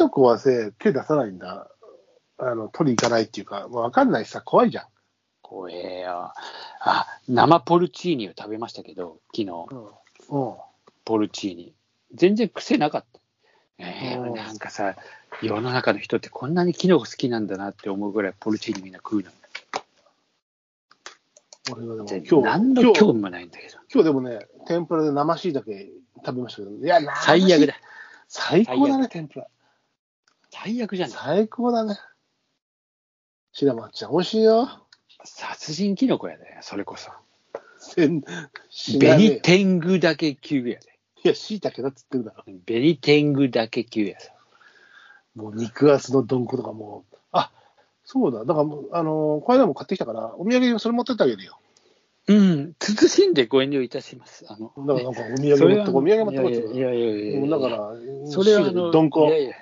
思わせ、手出さないんだ。あの、取り行かないっていうか、まあわかんないしさ、怖いじゃん。怖えよ。あ、生ポルチーニを食べましたけど、昨日、うん。うん。ポルチーニ。全然癖なかった。えうー、んなんかさ、世の中の人ってこんなにキノコ好きなんだなって思うぐらいポルチーニみんな食うの。俺はでも、今全日、然何今の日興味もないんだけど。今日でもね、天ぷらで生しいたけ食べましたけど、いや、生椎最悪。だ。最高だね、天ぷら。最悪じゃない。最高だね。白松ちゃん、美味しいよ。殺人キノコやで、それこそ。せん知らねえ紅天狗だけ級やいや、しいたけだっつってるだろ。で。紅天狗だけ級やさ。もう肉厚のどんことかもう、あそうだ、だからもう、あのーこの間も買ってきたから、お土産それ持ってってあげるよ。うん、慎んでご遠慮いたします。あの、だからなんかお土そ産れ持っはてこい、お土産持ってこいっていやいやいやいやいやもうだから、それはあシールの、にどんこいや。いや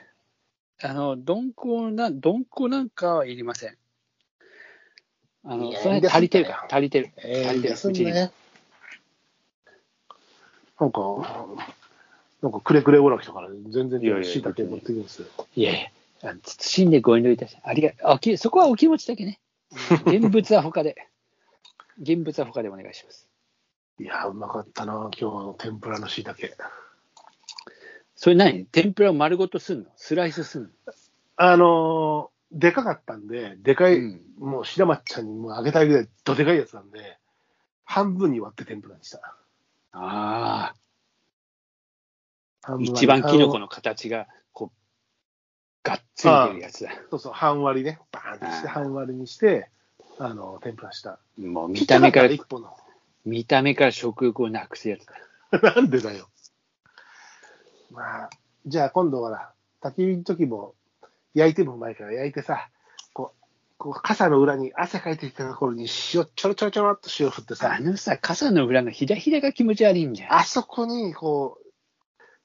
あの、鈍行な、鈍行なんかはいりません。あの、いやそれいいですね足りてるから、足りてる。え足ー、りいいてる。ですうちに。ね。なんか、なんかくれくれオラ来たから、全いやい然やしいたけ持ってきますよ。いやいや、あの慎んでご遠慮いたし、ありが、あき、そこはお気持ちだけ ね。現物は他で。現物は他でお願いします。いやー、うまかったな、今日の天ぷらのしいたけ。それ何天ぷらを丸ごとすんのスライスすんのあのーでかかったんで、でかい、うんもう白松ちゃんにもうあげたいぐらい、どでかいやつなんで、半分に割って天ぷらにした。ああ、半分割り一番キノコの形が、こう、がっついてるやつだ。そうそう、半割りね。バーンとして、あー半割りにして、あの、天ぷらした。もう見た目から、切ったら見た目から食欲をなくすやつだ。一本の。 なんでだよ。まあ、じゃあ今度ほら、焚き火の時も、焼いてもうまいから焼いてさ、こう、こう傘の裏に汗かいてきたところに塩、ちょろちょろちょろっと塩振ってさあ、のさ、傘の裏のひらひらが気持ち悪いんじゃん。あそこに、こう、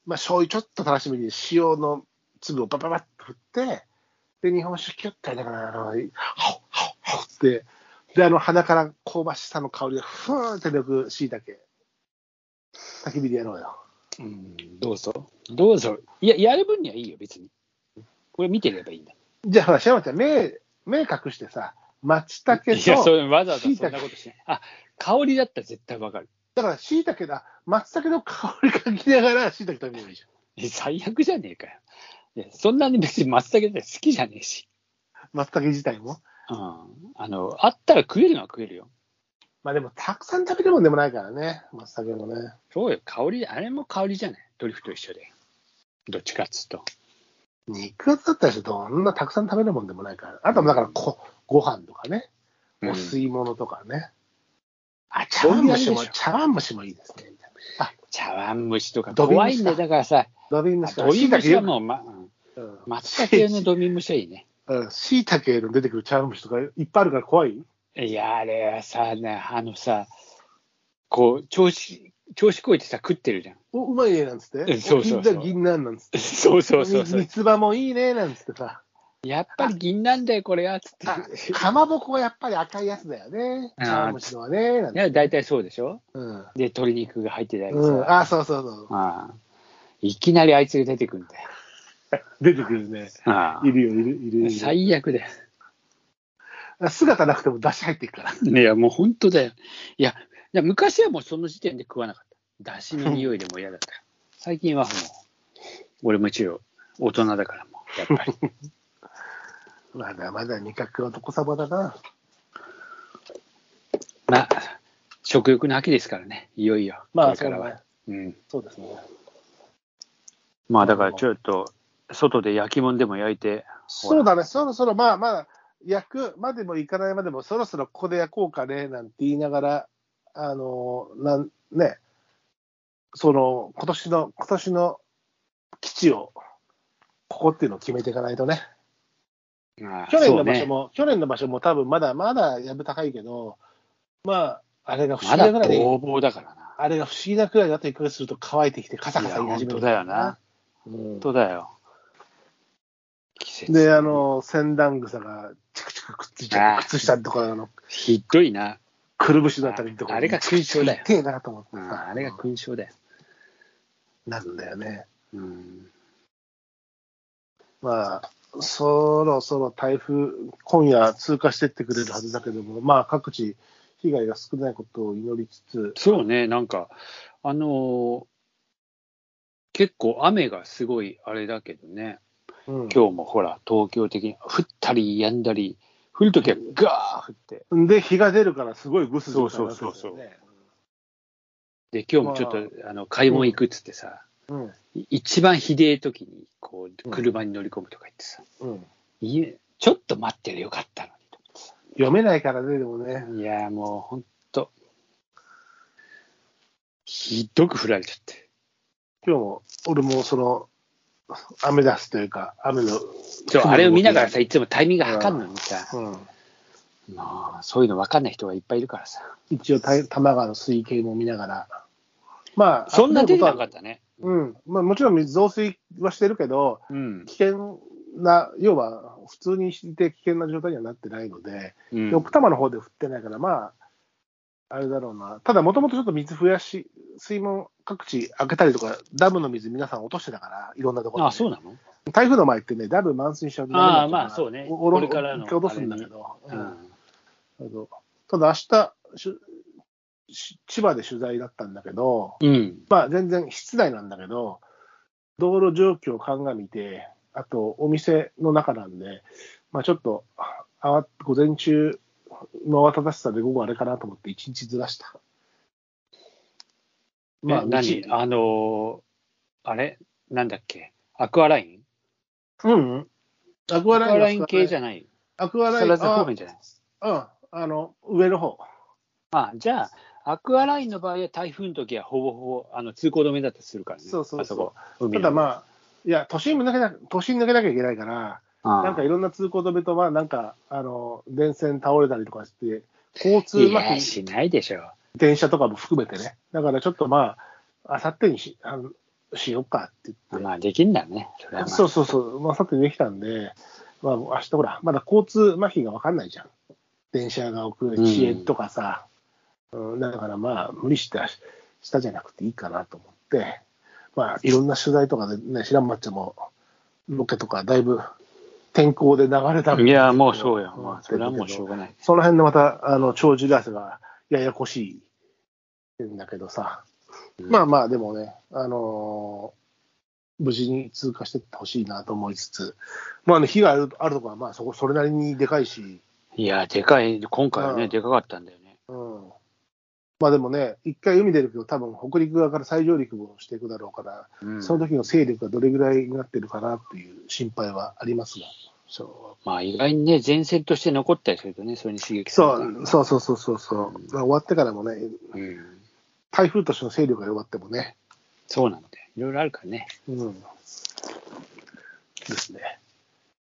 まあ、醤油ちょっと垂らし目に塩の粒をバババッと振って、で、日本酒キュッて、だから、あの、ハオハオハオって、で、あの、鼻から香ばしさの香りがふーんって抜く椎茸。焚き火でやろうよ。うん、どうぞ。どうぞ。いや、やる分にはいいよ、別に。これ見てればいいんだ。じゃあ、ほら、シャマちゃん、目、目隠してさ、松茸いや、そと、れわざわざそんなことしない。あ、香りだったら絶対わかる。だから椎茸だ、松茸の香り嗅ぎながら椎茸食べればいいじえ最悪じゃねえかよ。いや、そんなに別に松茸だって好きじゃねえし。ゃん。松茸自体も。うん。あの、あったら食えるのは食えるよ。まあでも、たくさん食べるもんでもないからね、松茸もね。そうよ、香り、あれも香りじゃない。ドリフと一緒で。どっちかっつうと。肉厚だったりすると、どんなたくさん食べるもんでもないから。あとはだからこ、ご飯とかね、お吸い物とかね。あ、茶碗蒸しどんぶも、りでしょ茶碗蒸しもいいですね。茶碗蒸しとか土瓶蒸怖しいんだだよ。だからさ、ドビン蒸しドビ蒸しはももう、ま、ううんん松茸用のドビ蒸しはいいね。うん椎茸の出てくる茶碗蒸しとかいっぱいあるから怖いいや、あれはさ、ね、あのさ、こう、調子、調子こいてさ、食ってるじゃん。おうまいねなんつって。えそうそうそうお銀座銀杏なんつって。そうそうそうそみ三。うつ葉もいいねなんつってさ。やっぱり銀なんだよ、これは、つって。あかまぼこはやっぱり赤いやつだよね。あー茶碗蒸しのはね。なんいてや、大体そうでしょうん。で、鶏肉が入ってたりうん。さ。あ、そうそうそう。ああいきなりあいつが出てくるんだよ。出てくるね。あいるよ、いる、いる。いある最悪だよ。姿なくても出汁入っていくから。いや、もう本当だよ。いや、いや昔はもうその時点で食わなかった。だしの匂いでも嫌 だった。最近はもう、俺も一応、大人だからもう、やっぱり。まだまだ味覚は男様だな。まあ、食欲の秋ですからね、いよいよ。まこあ、れそかうらだは。ね。うん。そうですね。まあ、だからちょっと、外で焼き物でも焼いて、そうだね、そろそろ、まあまあ、焼くまでもいかないまでも、そろそろここで焼こうかね、なんて言いながら、あの、なん、ね、その、今年の、今年の基地を、ここっていうのを決めていかないとね。まあ去年の場そ所うねも、去年の場所も多分まだまだやぶ高いけど、まあ、あれが不思ま議なぐだらいでボーボーだからな。あれが不思議なくらいだと1ヶ月すると乾いてきて、カサいカや、サ言い本始め当るだよな。。うん本当だよ。季節。で、あ、の、千段草がチクチクくっついちゃあう、ー靴下のところの、ひどいな。くるぶしのあたりのところあれが勲章だよ痛えなと思ってうんさ、あれが勲章だよ。なんだよね。うんまあ、そろそろ台風、今夜通過してってくれるはずだけども、まあ、各地、被害が少ないことを祈りつつ、そうね、なんか、あのー結構雨がすごいあれだけどね、うん今日もほら、東京的に降ったりやんだり、降るときはガー降って、で、日が出るから、すごいブス状態になってるんですよねで、今日もちょっと、あ、の買い物行くっつってさ、うんい一番ひでえときに、こう、車に乗り込むとか言ってさ、うんいえちょっと待ってりゃよかったのにと読めないからね、でもね。いやーもう本当、ひどく振られちゃって。今日も、俺もその、雨出すというか、雨の。そうあれを見ながらさ、いつもタイミング測るのにさ、うん、まあ、そういうの分かんない人がいっぱいいるからさ。一応、た多摩川の水系も見ながら。まあ、そんな出てなことかはったね。うん。まあ、もちろん水増水はしてるけど、うん。危険な、要は、普通にして危険な状態にはなってないので、うん奥多摩の方で降ってないから、まあ、あれだろうな。ただ、もともとちょっと水増やし、水門各地開けたりとか、ダムの水皆さん落としてたから、いろんなところであ、そうなの台風の前ってね、ダム満水しちゃうとあダメあになっまあちゃそうねおおろこれからの一回落とすんだけど。ううんん。あのただ明日しゅし千葉で取材だったんだけど、うん。まあ全然室内なんだけど、道路状況を鑑みて、あとお店の中なんで、まあちょっと、あわ午前中の慌ただしさで午後あれかなと思って一日ずらした。まあ、う何ちあのーあれなんだっけアクアラインうんうん。アクアアクアラライインン系系じじゃゃない。アクア木ライン更津方は、面じゃない。うん、あの、上の方。あ、じゃあ、アクアラインの場合は台風の時はほぼほぼあの通行止めだったりするからね。そうそうそうあこ海たのだまあ、いや、都心も抜けな、都心抜けなきゃいけないから、ああなんかいろんな通行止めと、まあなんか、あの、電線倒れたりとかして、交通いまや、ひ、しないでしょ。電車とかも含めてね。だからちょっとまあ、あさってにし、あのしようかって言って。まあ、できんだね。それはまあそうそうそう、まあ、あさってできたんで、まあ明日ほら、まだ交通麻痺がわかんないじゃん。電車が遅れ、うん遅延とかさ。うん、だからまあ、無理して、したじゃなくていいかなと思って、まあ、いろんな取材とかでね、白松ちゃんも、ロケとか、だいぶ、天候で流れたいや、もうそうや。んまあ、それはもうしょうがない。その辺のまた、あの、長寿合わせがややこしいんだけどさ。うんまあまあ、でもね、あのー無事に通過してってほしいなと思いつつ、まあね、火があるあるとこは、まあそこ、それなりにでかいし、いや、でかい、今回はうんね、でかかったんだよね。うん。まあでもね、一回海出るけど、多分北陸側から再上陸もしていくだろうから、うんその時の勢力がどれぐらいになってるかなっていう心配はありますが。そう。まあ、意外にね、前線として残ったりするとね、それに刺激さそれるからう、そうそうそうそうそう。まあ終わってからもね、うん。台風としての勢力が弱ってもね、そうなんだよ。いろいろあるからね。うん。ですね。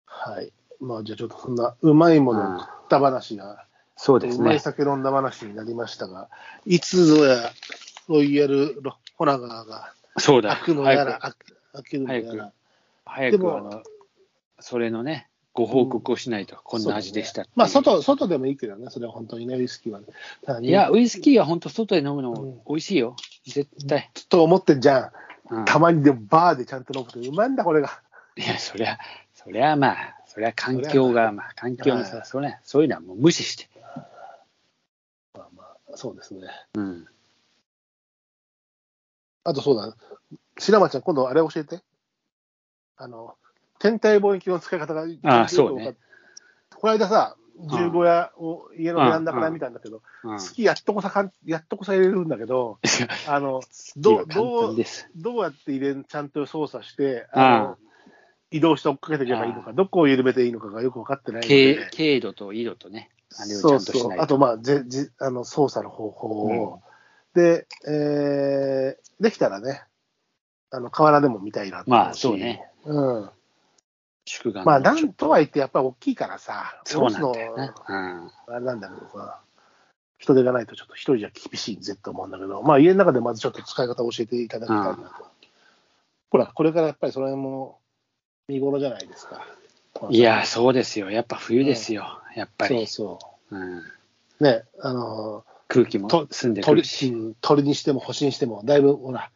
はい。まあじゃあちょっとそんなうまいものを食った話が、そううですまいね。酒飲んだ話になりましたが、いつぞやロイヤルロホラガーがそうだ。開くのやら、早く、開く開けるのやら、早でくもあの、それのね、ご報告をしないと、こんな味でしたってそういだうねまあ外、外でもいいけどね、それは本当にね、ウイスキーはね。ただねいや、ウイスキーは本当外でう飲むんの美味しいよ。絶対。と思ってんじゃん。うんたまにでもバーでちゃんと飲むと、うまいんだ、これが。いや、そりゃ、そりゃまあ、そりゃ環境が、まあ、環境のはさ、いそりゃ、そういうのはもう無視して。そうですね。うん。あとそうだ、白松ちゃん、今度あれ教えて。あの、天体望遠鏡の使い方がああそうね。この間さ、十五夜を家のベランダから見たんだけど、うん。月やっとこさかん、やっとこさ入れるんだけ ど、あの、どう、簡ど単う、です。どうやって入れん、ちゃんと操作して、あああの、移動して追っかけていけばいいのか、どこを緩めていいのかがよく分かってないの軽で、軽度と緯度とね、あれをちそゃうんとしそうな。いあと。と、まあ、ぜじあの操作の方法を、で、えー、できたらね、あの河原でも見たいなと思しまあそうね。うん。宿願まあ、のなんとは言って、やっぱり大きいからさ、そうなんだよ下ろねす。うん。のあれなんだけどさ、人手がないとちょっと一人じゃ厳しいぜと思うんだけど、まあ、家の中でまずちょっと使い方を教えていただきたいなと。ほら、これからやっぱりその辺も見頃じゃないですか。いや、そうですよ。やっぱ冬ですよ。やっぱそうり。そうん、う。ね、あの空気もと澄んでく鳥るし。うん鳥にしても星にしても、だい ぶほら、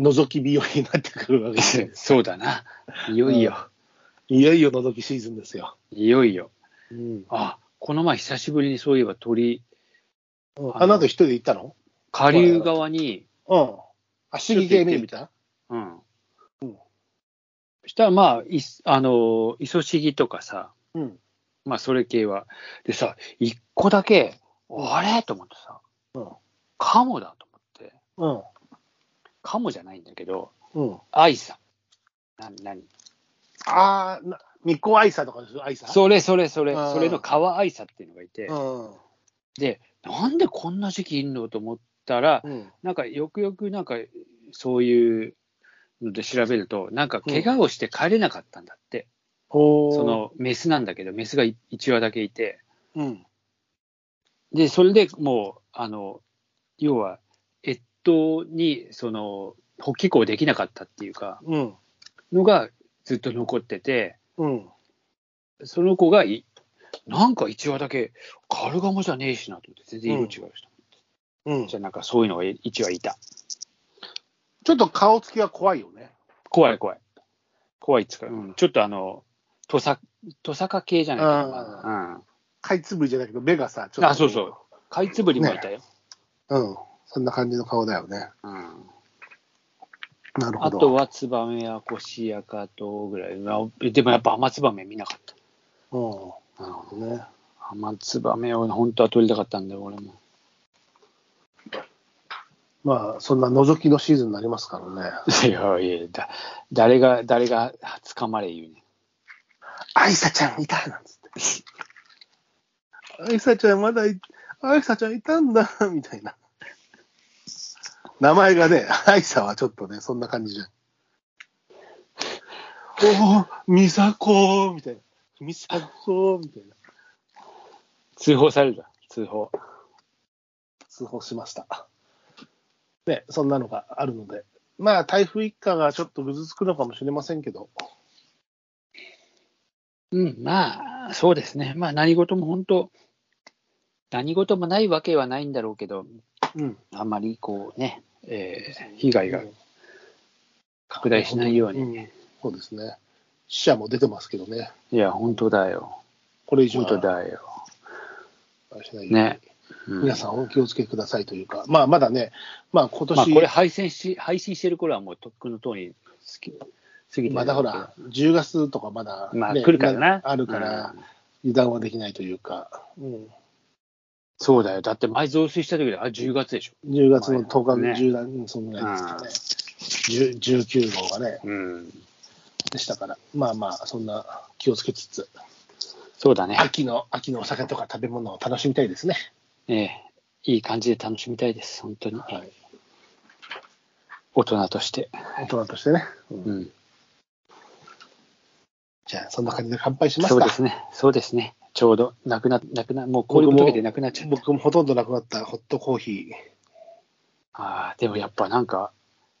覗き日和になってくるわけですよそうだな。いよいよ。 いよいよのぞきシーズンですよ。いよいよ。うん、あ、この前久しぶりにそういえば鳥、あなた一人で行ったの下流側に、うん。あ、市議系見に行ったうん。そしたらまあ、いあの、イソシギとかさ、うん。まあそれ系は。でさ、一個だけ、あれと思ってさ、うん。カモだと思って、うん。カモじゃないんだけど、うん。アイさん。な、なにあー、な日光愛さとかですよ、愛さ。それそれそれ、うんそれの川愛さっていうのがいて、うん。で、なんでこんな時期いんのと思ったら、うん。なんかよくよくなんかそういうので調べると、なんか怪我をして帰れなかったんだって。ほーそ、のメスなんだけど、メスが1羽だけいて、うん。で、それでもう、あの、要は、越冬に、その、北帰行できなかったっていうか、うん。のがずっと残ってて、うん。その子がい、なんか一話だけ、カルガモじゃねえしなと思って、全然色違うし、うん。じゃあなんかそういうのが一話いた。ちょっと顔つきが怖いよね。怖い怖い。怖いっつうか、うん、ちょっとあの、トサ、トサカ系じゃないかな。うん。かいつぶりじゃないけど、目がさ、ちょっと。あ、そうそう。。かいつぶりもいたよ。うん。そんな感じの顔だよね。うん。なるほあど。とは、ツバメやコシヤカトウぐらい。まあでもやっぱアマツバメ見なかった。うん。なるほどね。アマツバメを本当は取りたかったんだよ、俺も。まあ、そんな覗きのシーズンになりますからね。 いやいや、だ誰が、誰が捕まれ言うね。愛さちゃんいたなんつって。愛さちゃんまだい、愛さちゃんいたんだ、みたいな。名前がね、愛さはちょっとね、そんな感じじゃん。おお、美佐子みたいな。美佐子みたいな。通報されるだ、通報。通報しました。ね、そんなのがあるので。まあ、台風一過がちょっとぐずつくのかもしれませんけど。うん、まあ、そうですね。まあ、何事も本当、何事もないわけはないんだろうけど、うん。あんまりこうね、えー被害が拡大しないように。んそうですね。死者も出てますけどね。いや、本当だよ。これ以上本は当だよ。しないようにね。うん皆さんお気をつけくださいというか、まあまだね、まあ今まあ、これ年、配信し、配信してる頃はもうとっくのとに過ぎ過ぎてるまだほら、10月とかまだ、ねまあ、来るからなま。だあるからうん、油断はできないというか、うん、そうだよ。だって前増水した時で、あ、10月でしょ。 10月の10日ねの10段、うんそのぐらいですかね、10 19号がね、うん。でしたから、まあまあ、そんな気をつけつつ、そうだね。秋の、秋のお酒とか食べ物を楽しみたいですね。ええ。いい感じで楽しみたいです。本当に。はい、大人として。大人としてね、うんうん。じゃあ、そんな感じで乾杯しますそうかで。すね。そうですね。ちょうど、なくな、なくな、もう氷も溶けてなくなっちゃった。僕もほとんどなくなったホットコーヒああ、でもやっぱなんか、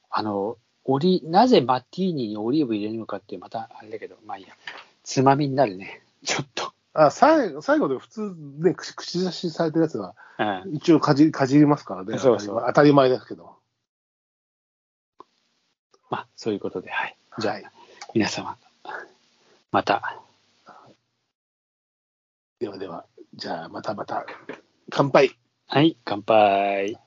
あの、オリ、なぜマティーニにオリーブ入れるのかって、またあれだけど、まあいいや。つまみになるね。 ちょっと。ー。あ最後最後で普通ね、口口出しされてるやつは、うん。一応かじかじりますからね、そうそう当たり前当たり前ですけど、まあ、そういうことで、はい。じゃあ、はい皆様、また。ではでは、じゃあまたまた、乾杯。はい、乾杯。